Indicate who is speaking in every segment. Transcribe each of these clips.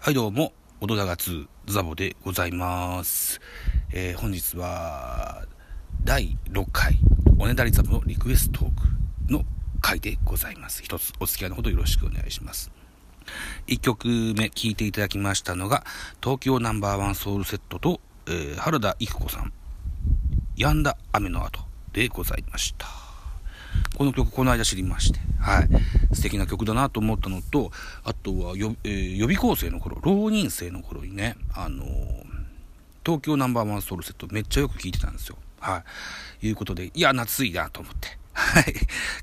Speaker 1: はいどうも、オドダガツザボでございます。えー本日は、第6回、おねだりザボのリクエストトークの回でございます。一つお付き合いのほどよろしくお願いします。1曲目聴いていただきましたのが、東京ナンバーワンソウルセットと、えー原田育子さん、止んだ雨の後でございました。この曲この間知りまして、はい、素敵な曲だなと思ったのとあとはよ、えー予備校生の頃浪人生の頃にね、あのー東京ナンバーワンソウルセットめっちゃよく聴いてたんですよ。はい、いうことでいや夏いなと思って、はい、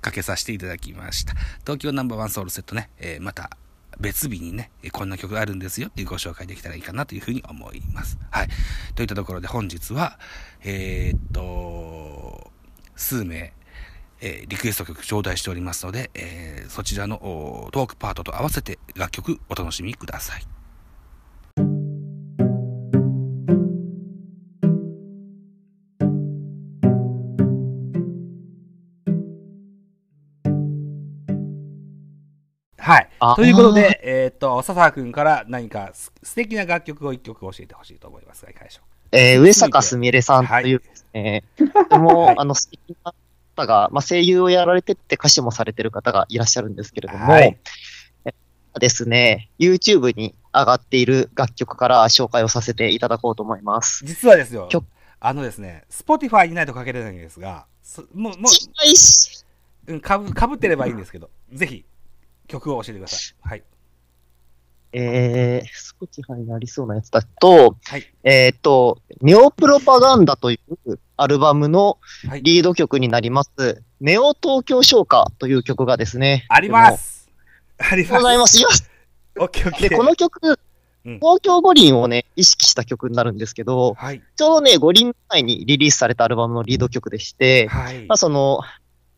Speaker 1: かけさせていただきました東京ナンバーワンソウルセットね、えーまた別日にね、えーこんな曲があるんですよっていうご紹介できたらいいかなというふうに思います。はい。といったところで本日は、えーっと、数名、えーリクエスト曲頂戴しておりますので、えーそちらのおートークパートと合わせて楽曲お楽しみください。
Speaker 2: はい
Speaker 3: あ。
Speaker 2: ということで、えーっ、と、笹川くんから何かす素敵な楽曲を一曲教えてほしいと思いますが、いかがでしょ
Speaker 3: えー上坂すみれさんというですね、とても、
Speaker 2: はい
Speaker 3: あの、素敵な方が、まあ、声優をやられてって歌手もされてる方がいらっしゃるんですけれ
Speaker 2: う
Speaker 3: ど
Speaker 2: か。
Speaker 3: も、。ですね、YouTube に上がっている楽曲から紹介をさせていただこうと思います。
Speaker 2: 実はですよ
Speaker 3: 曲、
Speaker 2: あのですね、Spotify にないとかけれないんですが、そもう、も
Speaker 3: 近いし
Speaker 2: ううん、かぶ、かぶってればいいんですけど、ぜひ、曲を教えてください。はい。
Speaker 3: えー、スポティファイになりそうなやつだと、
Speaker 2: はい。
Speaker 3: えっ、と、ネオプロパガンダというアルバムの
Speaker 2: はい
Speaker 3: リード曲になります、ネオ東京昇華という曲がですね、
Speaker 2: ありますあり
Speaker 3: とても。
Speaker 2: ま
Speaker 3: ご
Speaker 2: す
Speaker 3: ざいます。よし
Speaker 2: オッケーオ ッケ
Speaker 3: で、
Speaker 2: ー。
Speaker 3: この曲、
Speaker 2: うん
Speaker 3: 東京五輪をね、意識した曲になるんですけど、
Speaker 2: はい。
Speaker 3: ちょうどね、五輪前にリリースされたアルバムのリード曲でして、
Speaker 2: はい
Speaker 3: まあ。その、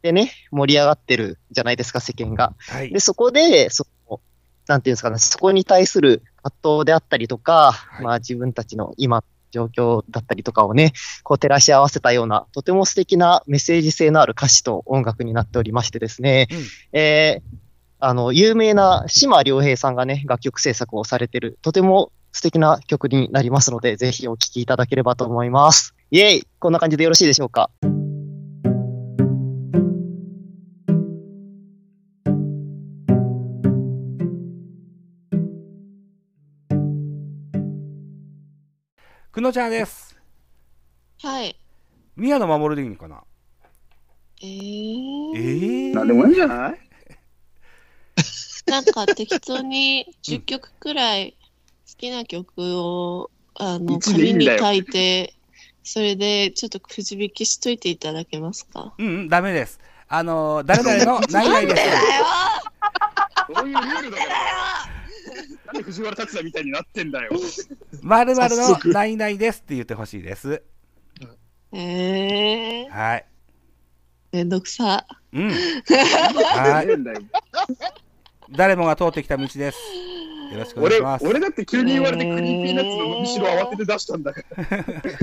Speaker 3: でね、盛り上がってるじゃないですか、世間が。
Speaker 2: はい
Speaker 3: で、。そこで、その、なんていうんですかね、そこに対する葛藤であったりとか、
Speaker 2: い
Speaker 3: まあ自分たちの今、状況だったりとかをね、こう照らし合わせたような、とても素敵なメッセージ性のある歌詞と音楽になっておりましてですね、
Speaker 2: うん
Speaker 3: えーあの、有名な島良平さんがね、楽曲制作をされてる、とても素敵な曲になりますので、ぜひお聴きいただければと思います。イェイこんな感じでよろしいでしょうか
Speaker 2: くのちゃんです。
Speaker 4: はい。
Speaker 2: 宮野守でいいのかな
Speaker 4: えー、
Speaker 2: えー。
Speaker 5: なんでもいいんじゃない
Speaker 4: なんか適当に10曲くらい好きな曲を、あの、
Speaker 5: いつでいい
Speaker 4: 紙
Speaker 5: ん
Speaker 4: に
Speaker 5: だよ
Speaker 4: 書いて、それでちょっとくじ引きしといていただけますか。
Speaker 2: うんうん、ダメです。あのー、誰々の 何々です。
Speaker 5: そういうルールだから。なんで藤原竜也みたいになってんだよ。
Speaker 2: 〇〇
Speaker 3: 早
Speaker 2: の
Speaker 3: 速
Speaker 2: 何々ですって言ってほしいです。
Speaker 4: えー、
Speaker 2: はい。
Speaker 4: めんどくさ。
Speaker 2: うん。
Speaker 5: な
Speaker 2: は
Speaker 5: ん
Speaker 2: い。
Speaker 5: でだよ
Speaker 2: 誰もが通ってきた道です。よろしくお願い
Speaker 5: 俺
Speaker 2: します。
Speaker 5: 俺だって急に言われてクリーピーナッツの伸びしろ慌てて出したんだか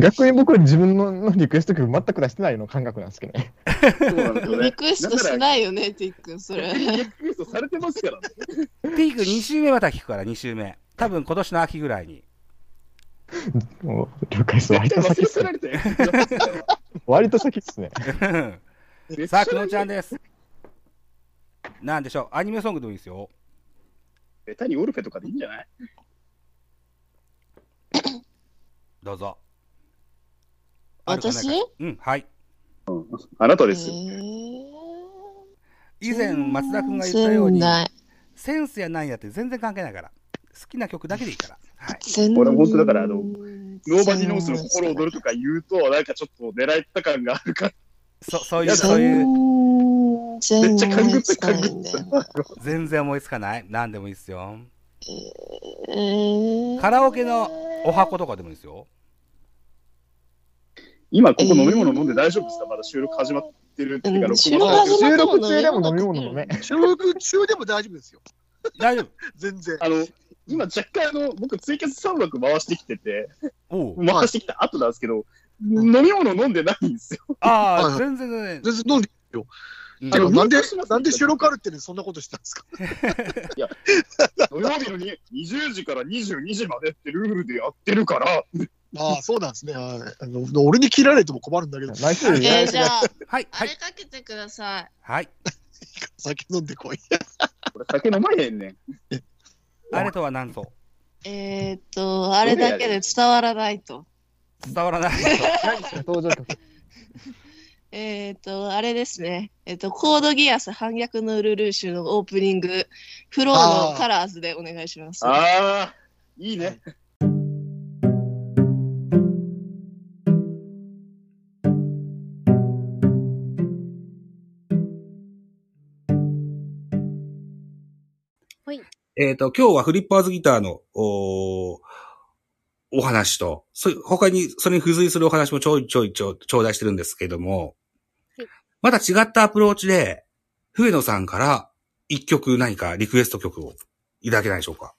Speaker 6: 逆に僕は自分ののリクエスト曲全く出してないの感覚なんですけどね。
Speaker 5: ら。そうなんだよね
Speaker 4: リクエストしないよね、てっくん、それ。
Speaker 5: リクエストされてますからね。
Speaker 2: ピーク2週目また聞くから、2週目。多分今年の秋ぐらいに。
Speaker 6: もう了解です。割
Speaker 5: 絶対
Speaker 6: と
Speaker 5: 忘
Speaker 6: 先
Speaker 5: れ
Speaker 6: っ
Speaker 5: 去
Speaker 6: す
Speaker 5: ら
Speaker 6: ね。
Speaker 5: れて。
Speaker 6: 割と先っすね。
Speaker 2: さあ、くのちゃんです。なんでしょう。アニメソングでもいいですよ。
Speaker 5: ベタにオルフェとかでいいんじゃない
Speaker 2: どうぞ。あるかない
Speaker 4: 私
Speaker 2: かうん、はい。
Speaker 5: あなた
Speaker 4: え
Speaker 5: ですよ。
Speaker 4: ー、
Speaker 2: 以前、松田君が言ったように
Speaker 4: 全、然ない
Speaker 2: センスやなんやって全然関係ないから。好きな曲だけでいいから。はい。
Speaker 4: 全然
Speaker 5: 俺本当だからあのノーバディノースの心躍
Speaker 4: る。
Speaker 5: るとか言うと、なんかちょっと狙った感があるから。
Speaker 2: そそうい
Speaker 5: や
Speaker 2: う、
Speaker 5: だ
Speaker 2: そういう。
Speaker 4: 全然
Speaker 5: めっちゃ勘ぐ
Speaker 4: 思
Speaker 5: って
Speaker 4: いつかないんだよな
Speaker 2: 全然思いつかない。何でもいいですよ。カ
Speaker 4: カ
Speaker 2: ラオケのお箱とかでもいいですよ。
Speaker 5: 今ここ飲み物飲んで大丈夫ですかまだ収録始まってるっていうか、
Speaker 4: うん
Speaker 5: 録
Speaker 4: 収録
Speaker 5: 音してる
Speaker 6: 収録中でも飲み物飲め。
Speaker 7: 収録中でも大丈夫ですよ。
Speaker 2: 大丈夫。
Speaker 7: 全然。
Speaker 5: あの、今若干あの、僕ツイキャス3枠回してきてて、
Speaker 2: おう。
Speaker 5: 回してきた後なんですけど、飲み物飲んでないんですよ。
Speaker 2: あ
Speaker 7: は
Speaker 2: あ、
Speaker 7: い
Speaker 2: 全然全然。
Speaker 7: 全然飲んで、
Speaker 5: うん
Speaker 7: あのなんで、なんで収
Speaker 5: 白
Speaker 7: 録あるってね、そんなことしたんですか
Speaker 5: 土曜日のに20時から22時までってルールでやってるから、
Speaker 7: ああ、そうなんですね。ああの俺に切られても困るんだけど、
Speaker 6: 来週、
Speaker 4: え
Speaker 6: 来
Speaker 4: ー、
Speaker 6: 週
Speaker 4: じゃあ、
Speaker 1: はい、
Speaker 4: あ
Speaker 1: はい
Speaker 4: れ、かけてください。
Speaker 1: はい。
Speaker 7: 酒飲んでこい。
Speaker 5: 俺酒飲まれへんねん。
Speaker 1: あれとは何と
Speaker 4: えーっと、あれだけで伝わらないと。
Speaker 1: 伝わらない。
Speaker 6: 登場曲。
Speaker 4: えーっと、あれですね。えーっと、コードギアス反逆のウルルーシュのオープニング、フローのカラーズでお願いします。
Speaker 5: ああ、いいね。
Speaker 8: えっ、と、今日はフリッパーズギターの、おーお話と、そ他に、それに付随するお話もちょいちょいちょ、頂戴してるんですけども、
Speaker 9: はい
Speaker 8: また違ったアプローチで、笛野さんから一曲何かリクエスト曲をいただけないでしょうか。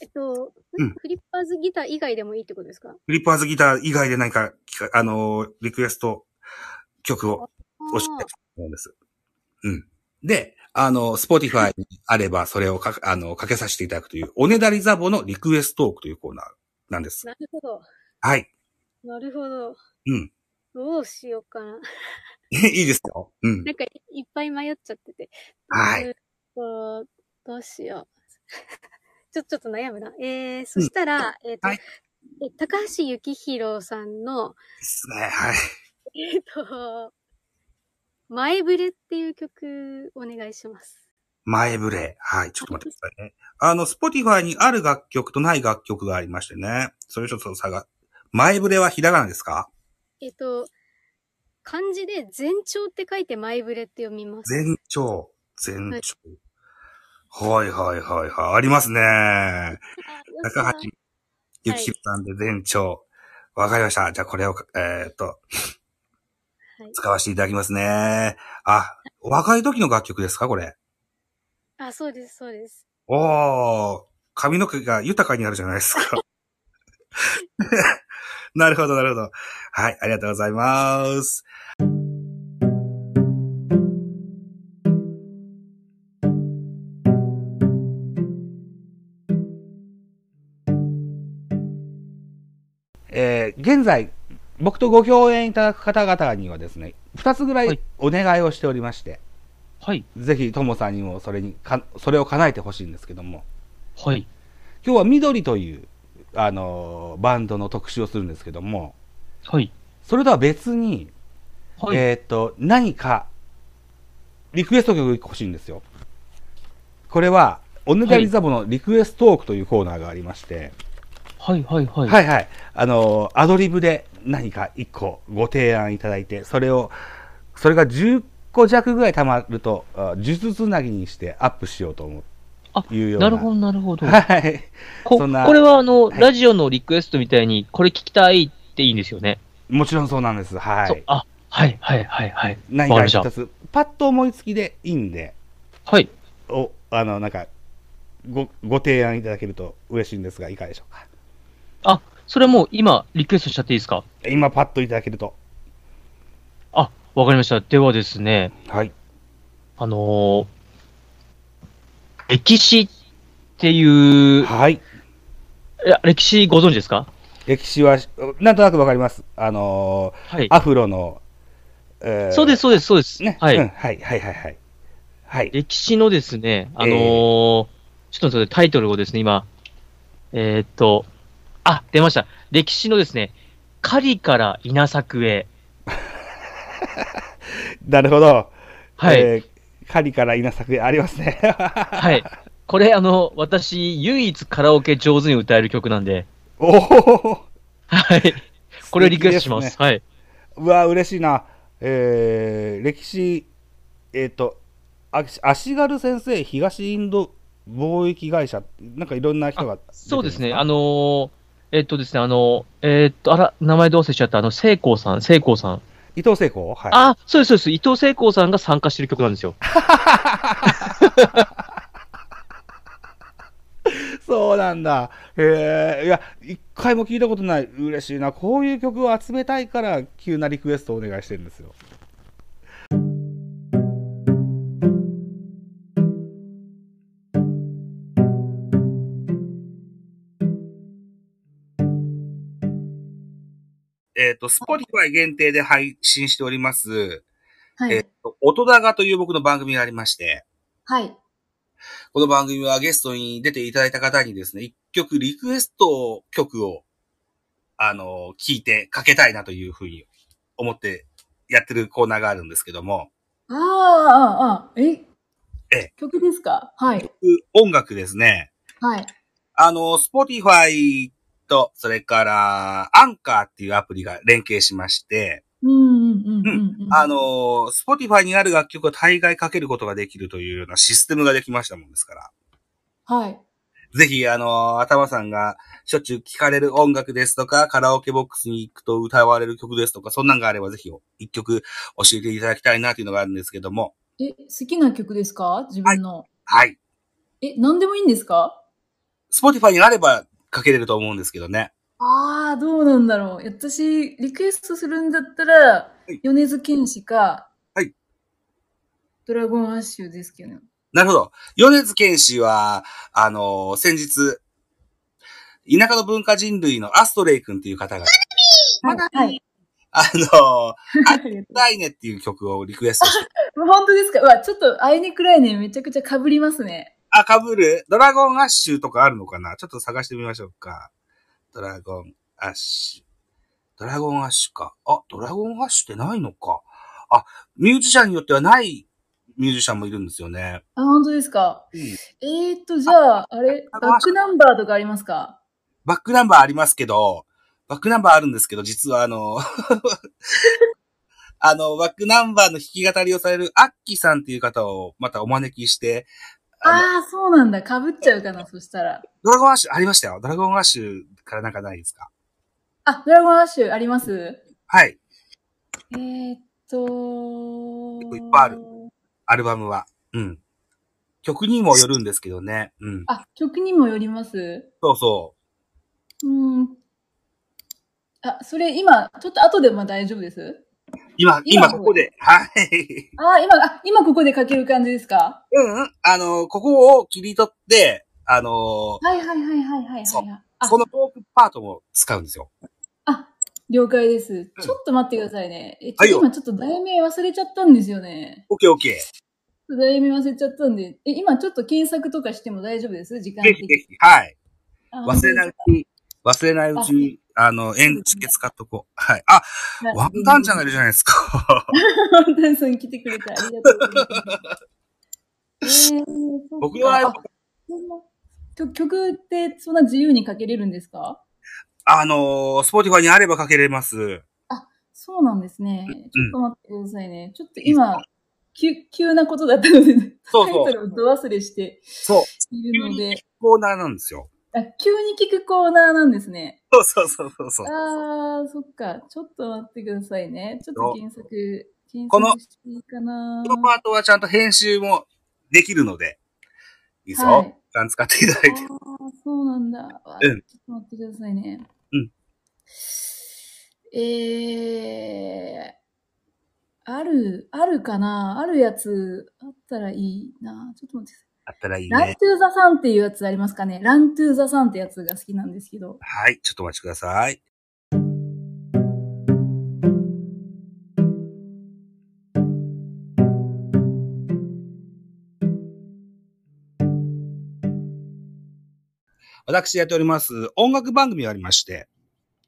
Speaker 9: えっと、
Speaker 8: うん
Speaker 9: フリッパーズギター以外でもいいってことですか
Speaker 8: フリッパーズギター以外で何か聞か、あのーリクエスト曲を教えて
Speaker 9: あー
Speaker 8: と思うんです。うん。で、あの、スポティファイにあれば、それをか、あの、かけさせていただくという、おねだりザボのリクエストトークというコーナーなんです。
Speaker 9: なるほど。
Speaker 8: はい。
Speaker 9: なるほど。
Speaker 8: うん。
Speaker 9: どうしようかな。
Speaker 8: いいですよ。うん
Speaker 9: な。んかいいっぱい迷っちゃってて。
Speaker 8: はい
Speaker 9: えっと。どう しよう。ちょ、ちょっと悩むな。えー、そしたら、えっと、
Speaker 8: はい
Speaker 9: え高橋幸宏さんの、
Speaker 8: ですね。はい。
Speaker 9: えっと、前触れっていう曲お願いします。
Speaker 8: 前触れ。はい。ちょっと待ってくださいね。あの、スポティファイにある楽曲とない楽曲がありましてね。それをちょっと差が、前触れはひらがなですか
Speaker 9: えっと、漢字で前兆って書いて前触れって読みます。
Speaker 8: 前兆。前兆。はいはいはいはい。ありますね。
Speaker 9: あよっしゃ
Speaker 8: 高橋ゆきひろさんで全長。わ、かりました。じゃあこれを、えーっと、
Speaker 9: はい
Speaker 8: 使わせていただきますね。あ、お若い時の楽曲ですかこれ。
Speaker 9: あ、そうです、そうです。
Speaker 8: おー、髪の毛が豊かになるじゃないですか。 なるほど、なるほど。はい、ありがとうございます。
Speaker 1: えー現在、僕とご共演いただく方々にはですね、2つぐら
Speaker 10: はいい
Speaker 1: お願いをしておりまして、
Speaker 10: はい。
Speaker 1: ぜひともさんにもそれにか、それを叶えてほしいんですけども、
Speaker 10: はい。
Speaker 1: 今日は緑という、あのーバンドの特集をするんですけども、
Speaker 10: はい。
Speaker 1: それとは別に、
Speaker 10: はい。
Speaker 1: えーっと、何か、リクエスト曲欲しいんですよ。これは、オネダリザボのリクエストトークというコーナーがありまして、
Speaker 10: はい。はい。はい。
Speaker 1: はいはい。あのー、アドリブで何か一個ご提案いただいて、それを、それが10個弱ぐらい溜まると、あ数珠つなぎにしてアップしようと思う。
Speaker 10: あ
Speaker 1: いうような。
Speaker 10: なるほど、なるほど。
Speaker 1: はい。
Speaker 10: こ
Speaker 1: そんな
Speaker 10: これは、あの、
Speaker 1: はい
Speaker 10: ラジオのリクエストみたいに、これ聞きたいっていいんですよね。
Speaker 1: もちろんそうなんです。は
Speaker 10: そう
Speaker 1: い。
Speaker 10: あ、はい、はい、はい、はい。
Speaker 1: 何
Speaker 10: わか
Speaker 1: か
Speaker 10: りました
Speaker 1: 一つ、パッと思いつきでいいんで、
Speaker 10: はい。
Speaker 1: お、あの、なんか、ご、ご提案いただけると嬉しいんですが、いかがでしょうか。
Speaker 10: それはもう今、リクエストしちゃっていいですか
Speaker 1: 今、パッといただけると。
Speaker 10: あ、わかりました。ではですね、
Speaker 1: はい。
Speaker 10: あのー歴史っていう、
Speaker 1: はい。
Speaker 10: いや歴史ご存知ですか
Speaker 1: 歴史は、なんとなくわかります。あの
Speaker 10: はい
Speaker 1: ー、。アフロの、えー
Speaker 10: そうです、そうです、そうです。
Speaker 1: ね。
Speaker 10: はい。
Speaker 1: うんはい、はい、はい、はい。はい。
Speaker 10: 歴史のですね、あのー
Speaker 1: え
Speaker 10: ちょっと待ってタイトルをですね、今、えーっと、あ、出ました。歴史のですね、狩りから稲作へ。
Speaker 1: なるほど。
Speaker 10: はい。
Speaker 1: えー狩りから稲作へありますね。
Speaker 10: はい。これ、あの、私、唯一カラオケ上手に歌える曲なんで、
Speaker 1: おお。
Speaker 10: はい。これをリクエストします。
Speaker 1: 素敵で
Speaker 10: はい。
Speaker 1: ねうわ、嬉しいな。えー、歴史、えっ、と、あ足軽先生東インド貿易会社、なんかいろんな人が出てるんか。
Speaker 10: そうですね、あのーえーっとですね、あのーえーっと、あら、名前どうせしちゃった、あの、聖光さん、聖光さん。
Speaker 1: 伊藤聖子はい。
Speaker 10: あ、そうです、そうです。伊藤聖光さんが参加してる曲なんですよ。
Speaker 1: そうなんだ。へえ、いや、一回も聞いたことない。嬉しいな。こういう曲を集めたいから、急なリクエストをお願いしてるんですよ。えっ、と、Spotify 限定で配信しております、
Speaker 9: は
Speaker 1: えっ、
Speaker 9: い。
Speaker 1: と、音だがという僕の番組がありまして、
Speaker 9: はい。
Speaker 1: この番組はゲストに出ていただいた方にですね、一曲リクエスト曲を、あの、聞いてかけたいなというふうに思ってやってるコーナーがあるんですけども、
Speaker 9: あーあー、あーえ
Speaker 1: ええ
Speaker 9: 曲ですかはい。
Speaker 1: 音楽ですね、
Speaker 9: はい。
Speaker 1: あの、Spotify と、それから、アンカーっていうアプリが連携しまして、
Speaker 9: うんうんうんうんうん。
Speaker 1: あの、Spotify にある楽曲を大概かけることができるというようなシステムができましたもんですから。
Speaker 9: はい。
Speaker 1: ぜひ、あの、頭さんがしょっちゅう聴かれる音楽ですとか、カラオケボックスに行くと歌われる曲ですとか、そんなんがあればぜひ一曲教えていただきたいなというのがあるんですけども。
Speaker 9: え、好きな曲ですか自分の。
Speaker 1: はい。
Speaker 9: え、何でもいいんですか
Speaker 1: Spotify にあればかけれると思うんですけどね。
Speaker 9: ああ、どうなんだろう。私、リクエストするんだったら、米津玄師か、
Speaker 1: はい。
Speaker 9: ドラゴンアッシュですけど。
Speaker 1: なるほど。米津玄師は、あの、先日、田舎の文化人類のアストレイ君っていう方が、
Speaker 9: はい。
Speaker 1: あの、
Speaker 9: ありがとう
Speaker 1: ダイネっていう曲をリクエストして、
Speaker 9: 本当ですかうわ、ちょっと、あいにくらいね、めちゃくちゃ被りますね。
Speaker 1: あ、かぶるドラゴンアッシュとかあるのかなちょっと探してみましょうか。ドラゴンアッシュ。ドラゴンアッシュか。あ、ドラゴンアッシュってないのか。あ、ミュージシャンによってはないミュージシャンもいるんですよね。
Speaker 9: あ、本当ですかえーっと、じゃあ、あれ、バックナンバーとかありますか
Speaker 1: バックナンバーありますけど、バックナンバーあるんですけど、実はあの、 あの、バックナンバーの弾き語りをされるアッキーさんっていう方をまたお招きして、
Speaker 9: ああー、そうなんだ。被っちゃうかな、そしたら。
Speaker 1: ドラゴンアッシュありましたよ。ドラゴンアッシュからなんかないですか
Speaker 9: あ、ドラゴンアッシュあります
Speaker 1: はい。
Speaker 9: えーっと、
Speaker 1: いっぱいある。アルバムは。うん。曲にもよるんですけどね。うん。
Speaker 9: あ、曲にもよります。
Speaker 1: そうそう
Speaker 9: ーん。あ、それ今、ちょっと後でも大丈夫です
Speaker 1: う。今、今ここで。はい。
Speaker 9: あー、今、あ、今ここで書ける感じですか
Speaker 1: うんうん。あの、ここを切り取って、あの、
Speaker 9: はいはいはいはいはいはいはい。
Speaker 1: そのトークパートも使うんですよ。
Speaker 9: 了解です。ちょっと待ってくださいね。え、
Speaker 1: はいよ
Speaker 9: 今ちょっと題名忘れちゃったんですよね。
Speaker 1: オッケーオッケー。
Speaker 9: 題名忘れちゃったんで。え、今ちょっと検索とかしても大丈夫です時間
Speaker 1: ぜ
Speaker 9: 的
Speaker 1: ひぜひ。はい。
Speaker 9: あ
Speaker 1: 忘れないうちに、忘れないうちに、あの、円チケ使っとこう。はい。あ、 ワンダンちゃんがいるじゃないですか。
Speaker 9: ワンダンさん来てくれてありがとうございます。えー、
Speaker 1: 僕のライブ
Speaker 9: あそんな曲曲ってそんな自由にかけれるんですか
Speaker 1: あの、スポーティファイにあればかけれます。
Speaker 9: そうなんですね。ちょっと待ってくださいね。ちょっと今、急急なことだったので、
Speaker 1: そう
Speaker 9: タイ
Speaker 1: そう
Speaker 9: トルをど忘れして
Speaker 1: そう。
Speaker 9: いるので、
Speaker 1: コーナーなんですよ。
Speaker 9: あ急に聞くコーナーなんですね。
Speaker 1: そうそうそうそうそう。
Speaker 9: あー、そっか。ちょっと待ってくださいね。ちょっと検索、検
Speaker 1: この
Speaker 9: 索していいかな
Speaker 1: このパートはちゃんと編集もできるので、いいですよ。
Speaker 9: はい
Speaker 1: 時間使っていただいて。
Speaker 9: あーそうなんだ。わ
Speaker 1: うん
Speaker 9: ちょっと待ってくださいね。
Speaker 1: うん
Speaker 9: えー、ある、あるかなあるやつあったらいいな。ちょっと待って
Speaker 1: あったらいい
Speaker 9: ください。ラン
Speaker 1: ね。
Speaker 9: トゥーザさんっていうやつありますかねラントゥーザさんってやつが好きなんですけど。
Speaker 1: はい、ちょっとお待ちください。私やっております音楽番組がありまして、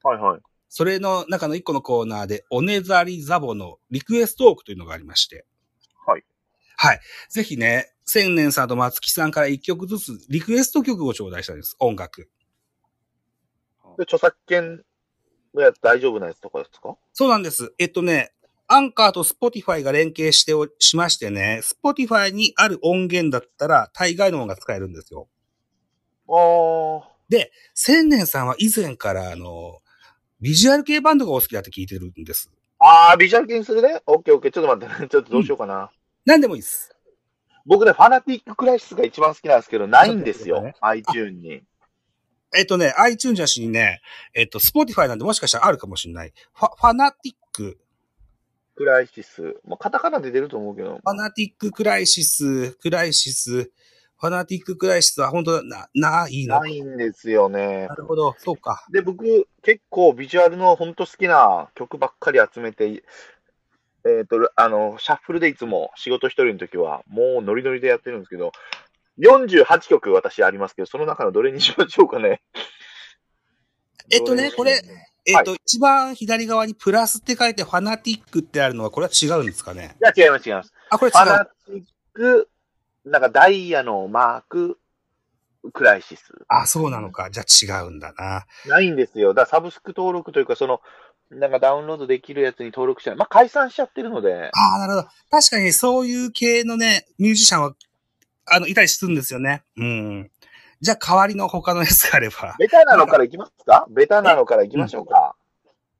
Speaker 5: はいはい。
Speaker 1: それの中の一個のコーナーで、おねざりザボのリクエストトークというのがありまして。
Speaker 5: はい。
Speaker 1: はい。ぜひね、千年さんと松木さんから一曲ずつリクエスト曲を頂戴したいです。音楽。
Speaker 5: で、著作権のやつ大丈夫なやつとかですか
Speaker 1: そうなんです。えっとね、アンカーとスポティファイが連携しておしましてね、スポティファイにある音源だったら大概のものが使えるんですよ。で、千年さんは以前からあの、ビジュアル系バンドがお好きだって聞いてるんです。
Speaker 5: あー、ビジュアル系にするね。オッケーオッケー。ちょっと待ってね。ちょ っとどうしようかな。
Speaker 1: 何でもいいです。
Speaker 5: 僕ね、ファナティッククライシスが一番好きなんですけど、ないんですよ。iTune に。
Speaker 1: えっとね、iTunes じゃしにね、えっと、Spotify なんでもしかしたらあるかもしれない。ファ、ファナティック、
Speaker 5: クライシス。もうカタカナで出ると思うけ
Speaker 1: フ
Speaker 5: ど。
Speaker 1: ァナティッククライシス、クライシス、フファナティッククライシスは本当な、ないの
Speaker 5: ないんですよね。な
Speaker 1: るほど、そうか。
Speaker 5: で、僕、結構ビジュアルの本当好きな曲ばっかり集めて、えっ、と、あの、シャッフルでいつも仕事一人の時は、もうノリノリでやってるんですけど、48曲私ありますけど、その中のどれにしましょうかね。
Speaker 1: えっとね、これ、えっと、一番左側にプラスって書いてファナティックってあるのは、これは違うんですかね
Speaker 5: いや、違います、違います。
Speaker 1: あ、これ違う
Speaker 5: ファナティック、なんかダイヤのマーク、クライシス。
Speaker 1: あ、そうなのか。じゃあ違うんだな。
Speaker 5: ないんですよ。だからサブスク登録というか、その、なんかダウンロードできるやつに登録しない。まあ、解散しちゃってるので。
Speaker 1: ああ、なるほど。確かにそういう系のね、ミュージシャンは、あの、いたりするんですよね。うん。じゃあ代わりの他のやつがあれば。
Speaker 5: ベタなのからいきますかベタなのからいきましょうか。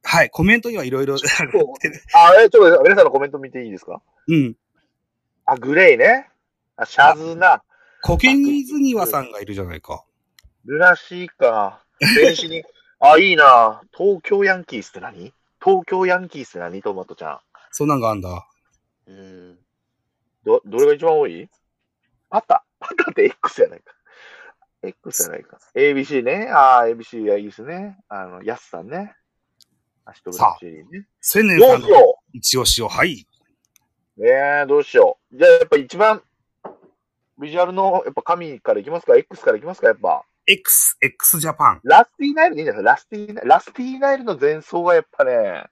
Speaker 1: はい、コメントにはいろいろ。
Speaker 5: あ、え、ちょっと皆さんのコメント見ていいですか
Speaker 1: うん。
Speaker 5: あ、グレイね。あ、シャズナ。
Speaker 1: コケニーズニワさんがいるじゃないか。
Speaker 5: ルナシーか。電子に。 あ、いいな。東京ヤンキースって何東京ヤンキースって何トマトちゃん。
Speaker 1: そんなんがあんだ。
Speaker 5: うん。ど、どれが一番多いパタ。パタって X やないか。X やないか。ABC ね。あー ABC はいいですね。あの、ヤスさんね。アシトブラシーね。
Speaker 1: 千年
Speaker 5: どう
Speaker 1: さんの
Speaker 5: しよ
Speaker 1: 一押しを、はい。
Speaker 5: う。ねえ、どうしよう。じゃあ、やっぱ一番、ビジュアルの、やっぱ神からいきますか ?X からいきますかやっぱ。
Speaker 1: X、X ジャパン。
Speaker 5: ラスティーナイルでいいんじゃないラスティーナイル、ラスティーナイルの前奏がやっぱね、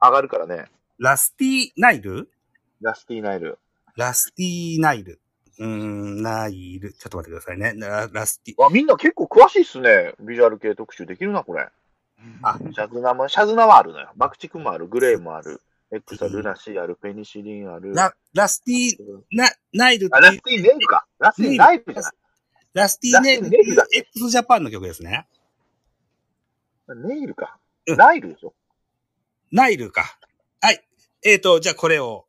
Speaker 5: 上がるからね。
Speaker 1: ラスティーナイル
Speaker 5: ラスティーナイル。
Speaker 1: ラスティーナイル。うーん、ナイル。ちょっと待ってくださいね。ララスティ。
Speaker 5: あ、みんな結構詳しいっすね。ビジュアル系特集できるな、これ。
Speaker 1: あ、
Speaker 5: シャズナも、シャズナはあるのよ。爆竹もある、グレーもある、X はルナシーある、ペニシリンある。
Speaker 1: ラ、ラスティー、ナ、ナイル
Speaker 5: あ、ラスティーネイルか。ラスティーナイルじゃない。
Speaker 1: ラスティーネイルっていう X ジャパンの曲ですね。
Speaker 5: ネイルか。ナイルでしょ。
Speaker 1: ナイルか。はい。えっ、ー、と、じゃあこれを。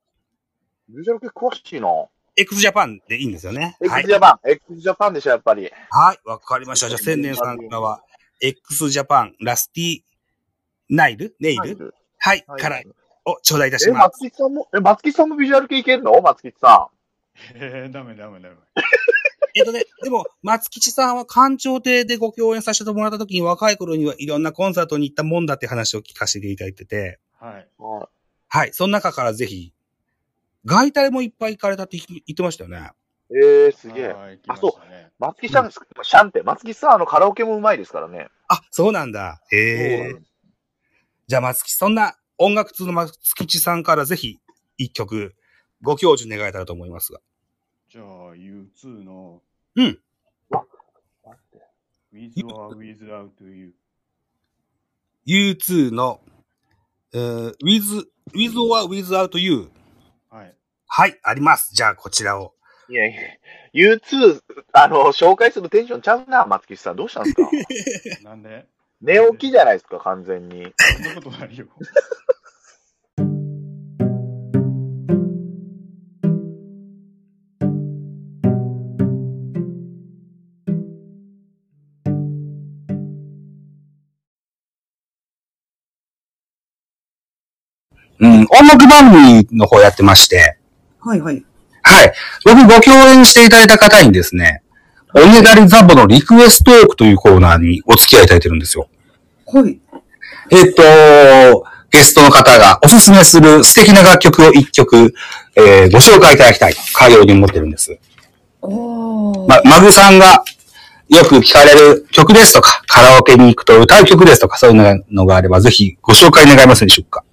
Speaker 5: ビジュアル系詳しいな。
Speaker 1: X ジャパンでいいんですよね。は
Speaker 5: X
Speaker 1: い
Speaker 5: ジャパン、X ジャパンでしょ、やっぱり。
Speaker 1: はい、わかりました。じゃあ、千年さんからは、X ジャパン、ラスティ、ナイルネイ
Speaker 5: ナイ
Speaker 1: ル
Speaker 5: ル
Speaker 1: はい、から、を頂戴いたし
Speaker 5: え、
Speaker 1: ます。
Speaker 5: 松木さんも、え、松木さんもビジュアル系いけるの松木さ
Speaker 6: えー、ダメダメダメ。
Speaker 1: えっとね、でも、松吉さんは官庁亭でご共演させてもらった時に若い頃にはいろんなコンサートに行ったもんだって話を聞かせていただいてて、
Speaker 6: はい。
Speaker 1: はい、その中からぜひ、外体もいっぱい行かれたって言ってましたよね。
Speaker 5: ん。えー、すげえ。あ、そう。松木さん、シャンって、松木さん、あの、カラオケもうまいですからね。
Speaker 1: あ、そうなんだ。ええじゃあ、松木、そんな音楽通の松吉さんからぜひ、一曲、ご教授願えたらと思いますが。
Speaker 6: じゃあ、U2 の。
Speaker 1: うん。
Speaker 6: With or without you.
Speaker 1: U2 の、えー、with, with or without you。
Speaker 6: はい。
Speaker 1: はい、あります。じゃあ、こちらを。
Speaker 5: いやいや、U2、あの、紹介するテンションちゃうな、松木さん。どうしたんです か
Speaker 6: なんで
Speaker 5: 寝起きじゃないですか、完全に。
Speaker 6: そんなことないよ。
Speaker 1: うん、音楽番組の方やってまして、
Speaker 11: はいはい。
Speaker 1: はい。僕ご共演していただいた方にですね、おねだりザボのリクエストトークというコーナーにお付き合いいただいてるんですよ。
Speaker 11: はい。
Speaker 1: えっと、ゲストの方がおすすめする素敵な楽曲を一曲、えーご紹介いただきたいかように思ってるんです。ま、マグさんがよく聴かれる曲ですとか、カラオケに行くと歌う曲ですとか、そういうのがあれば、ぜひご紹介願えますでしょうか。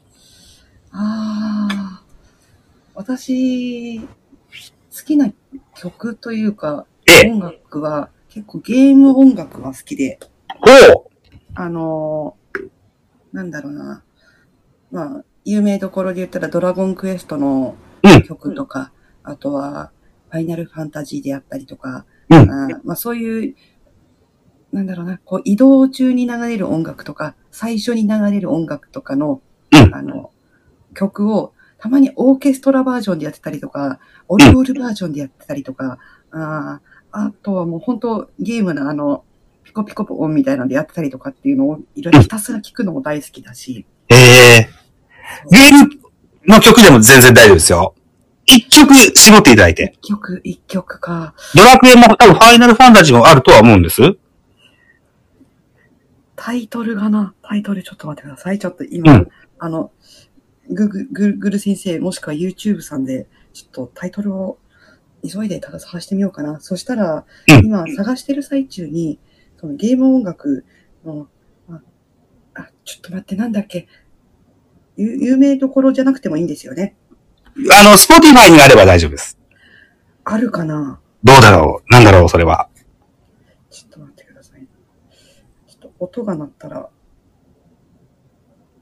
Speaker 11: ああ、私、好きな曲というか、音楽は、結構ゲーム音楽が好きで、
Speaker 1: ほ
Speaker 11: あのーなんだろうな、まあ、有名どころで言ったらドラゴンクエストの曲とか、あとは、ファイナルファンタジーであったりとか、あーまあそういう、なんだろうな、こう移動中に流れる音楽とか、最初に流れる音楽とかの、あの、曲を、たまにオーケストラバージョンでやってたりとか、オリオールバージョンでやってたりとか、あーあとはもう本当ゲームのあの、ピコピコポンみたいなのでやってたりとかっていうのをいろいろひたすら聞くのも大好きだし、
Speaker 1: えー、ゲームの曲でも全然大丈夫ですよ。一曲絞っていただいて。
Speaker 5: 一曲、一曲か。
Speaker 1: ドラクエも多分ファイナルファンタジーもあるとは思うんです。
Speaker 5: タイトルがな、タイトルちょっと待ってください。ちょっと今、
Speaker 1: うん
Speaker 5: あの、ググ、グーグル先生、もしくは YouTube さんで、ちょっとタイトルを急いで探探してみようかな。そしたら、今探してる最中に、そのゲーム音楽の、あ、あちょっと待って、なんだっけ。ゆ有名どころじゃなくてもいいんですよね。
Speaker 1: あの、スポティファイにあれば大丈夫です。
Speaker 5: あるかな
Speaker 1: どうだろうなんだろうそれは。
Speaker 5: 音が鳴ったら、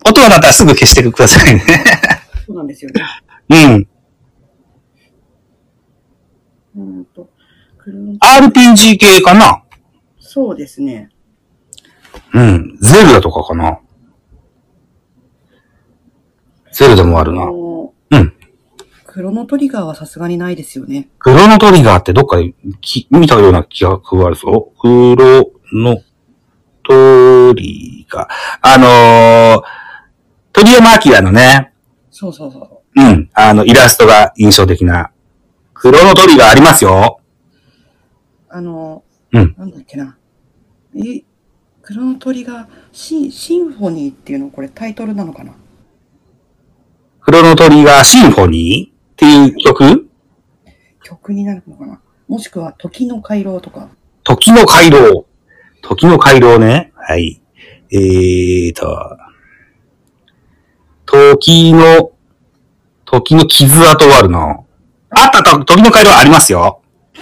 Speaker 1: 音が鳴ったらすぐ消してくださいね。
Speaker 5: そうなんですよね。
Speaker 1: うん。
Speaker 5: うーんと、車
Speaker 1: RPG 系かな
Speaker 5: そうですね。
Speaker 1: うん。ゼルダとかかなゼルダもあるな。
Speaker 5: クロノトリガーはさすがにないですよね。
Speaker 1: クロノトリガーってどっかでき見たような気があるぞ。クロノトリガー。あのー、鳥山明のね、
Speaker 5: そうそうそ
Speaker 1: うん、あの、イラストが印象的な。クロノトリガーありますよ。
Speaker 5: う。あの、
Speaker 1: うん
Speaker 5: なんだっけな。え、クロノトリガーシン、シンフォニーっていうのこれタイトルなのかな
Speaker 1: クロノトリガーシンフォニーっていう曲
Speaker 5: 曲になるのかなもしくは時の回廊とか。
Speaker 1: 時の回廊。時の回廊ね。はい。えーと、時の、時の傷跡はあるな。あったあった、時の回廊ありますよ。
Speaker 5: い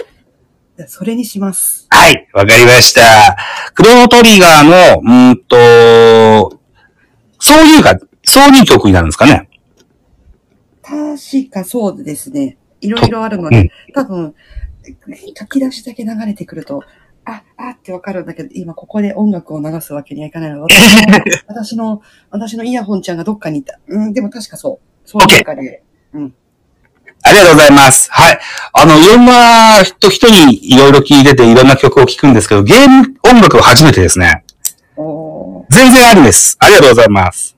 Speaker 5: やそれにします。
Speaker 1: はい、わかりました。クロノトリガーの、うーんと、挿入歌、挿入曲になるんですかね。
Speaker 5: 確かそうですね。いろいろあるので、多分、書き出しだけ流れてくると、あ、あってわかるんだけど、今ここで音楽を流すわけにはいかないので、私の、私のイヤホンちゃんがどっかにいた。うん、でも確かそう。そういう中で。
Speaker 1: ありがとうございます。はい。あの、いろんな人、人にいろいろ聞いてていろんな曲を聴くんですけど、ゲーム音楽は初めてですね。全然あるんです。ありがとうございます。